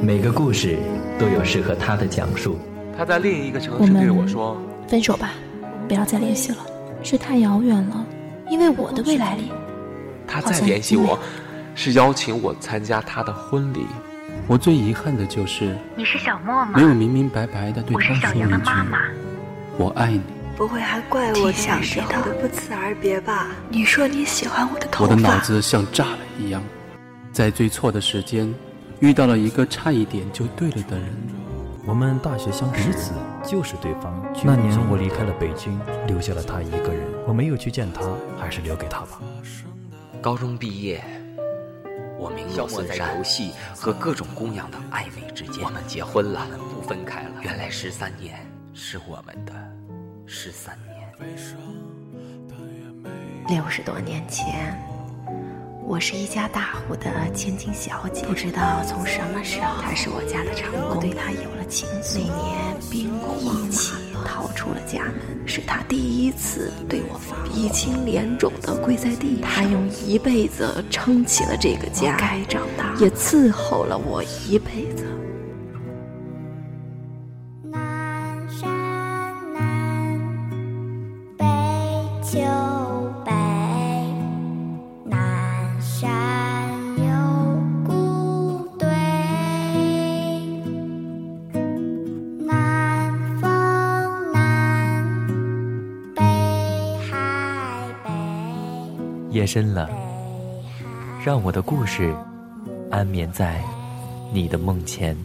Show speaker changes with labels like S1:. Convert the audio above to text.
S1: 每个故事都有适合他的讲述。
S2: 他在另一个城市对我说：“
S3: 分手吧，不要再联系了，是太遥远了。因为我的未来里，
S2: 他再联系我，是邀请我参加他的婚礼。”
S4: 我最遗憾的就是
S5: 你是小莫吗？
S4: 没有明明白白的对
S5: 我是
S4: 他
S5: 小
S4: 说
S5: 杨
S4: 一
S5: 的
S4: 句
S5: 妈妈。
S4: 我爱你。
S6: 不会还怪我小时候的不辞而别吧？你说你喜欢我的头
S4: 我
S6: 发，
S4: 的脑子像炸了一样，在最错的时间遇到了一个差一点就对了的人。
S7: 我们大学相识
S8: 彼，此就是对方。
S7: 那年我离开了北京，留下了他一个人。我没有去见他，还是留给他吧。
S9: 高中毕业，我名
S10: 小莫
S9: 落孙
S10: 在
S9: 山
S10: 游，戏和各种姑娘的暧昧之间，
S9: 我们结婚了
S10: 我。们不分开了。
S9: 原来十三年是我们的十三年。
S11: 六十多年前，我是一家大户的千金小姐，不知道从什么时候，她是我家的长工，我对她有了情愫。那年兵荒马乱，逃出了家门，是她第一次对我发火，鼻青脸肿的跪在地上。她用一辈子撑起了这个家，该长大，也伺候了我一辈子。
S12: 南山南，北秋北。南山有故堆，南风南，北海北。
S1: 夜深了，
S12: 北海
S1: 让我的故事安眠在你的梦前。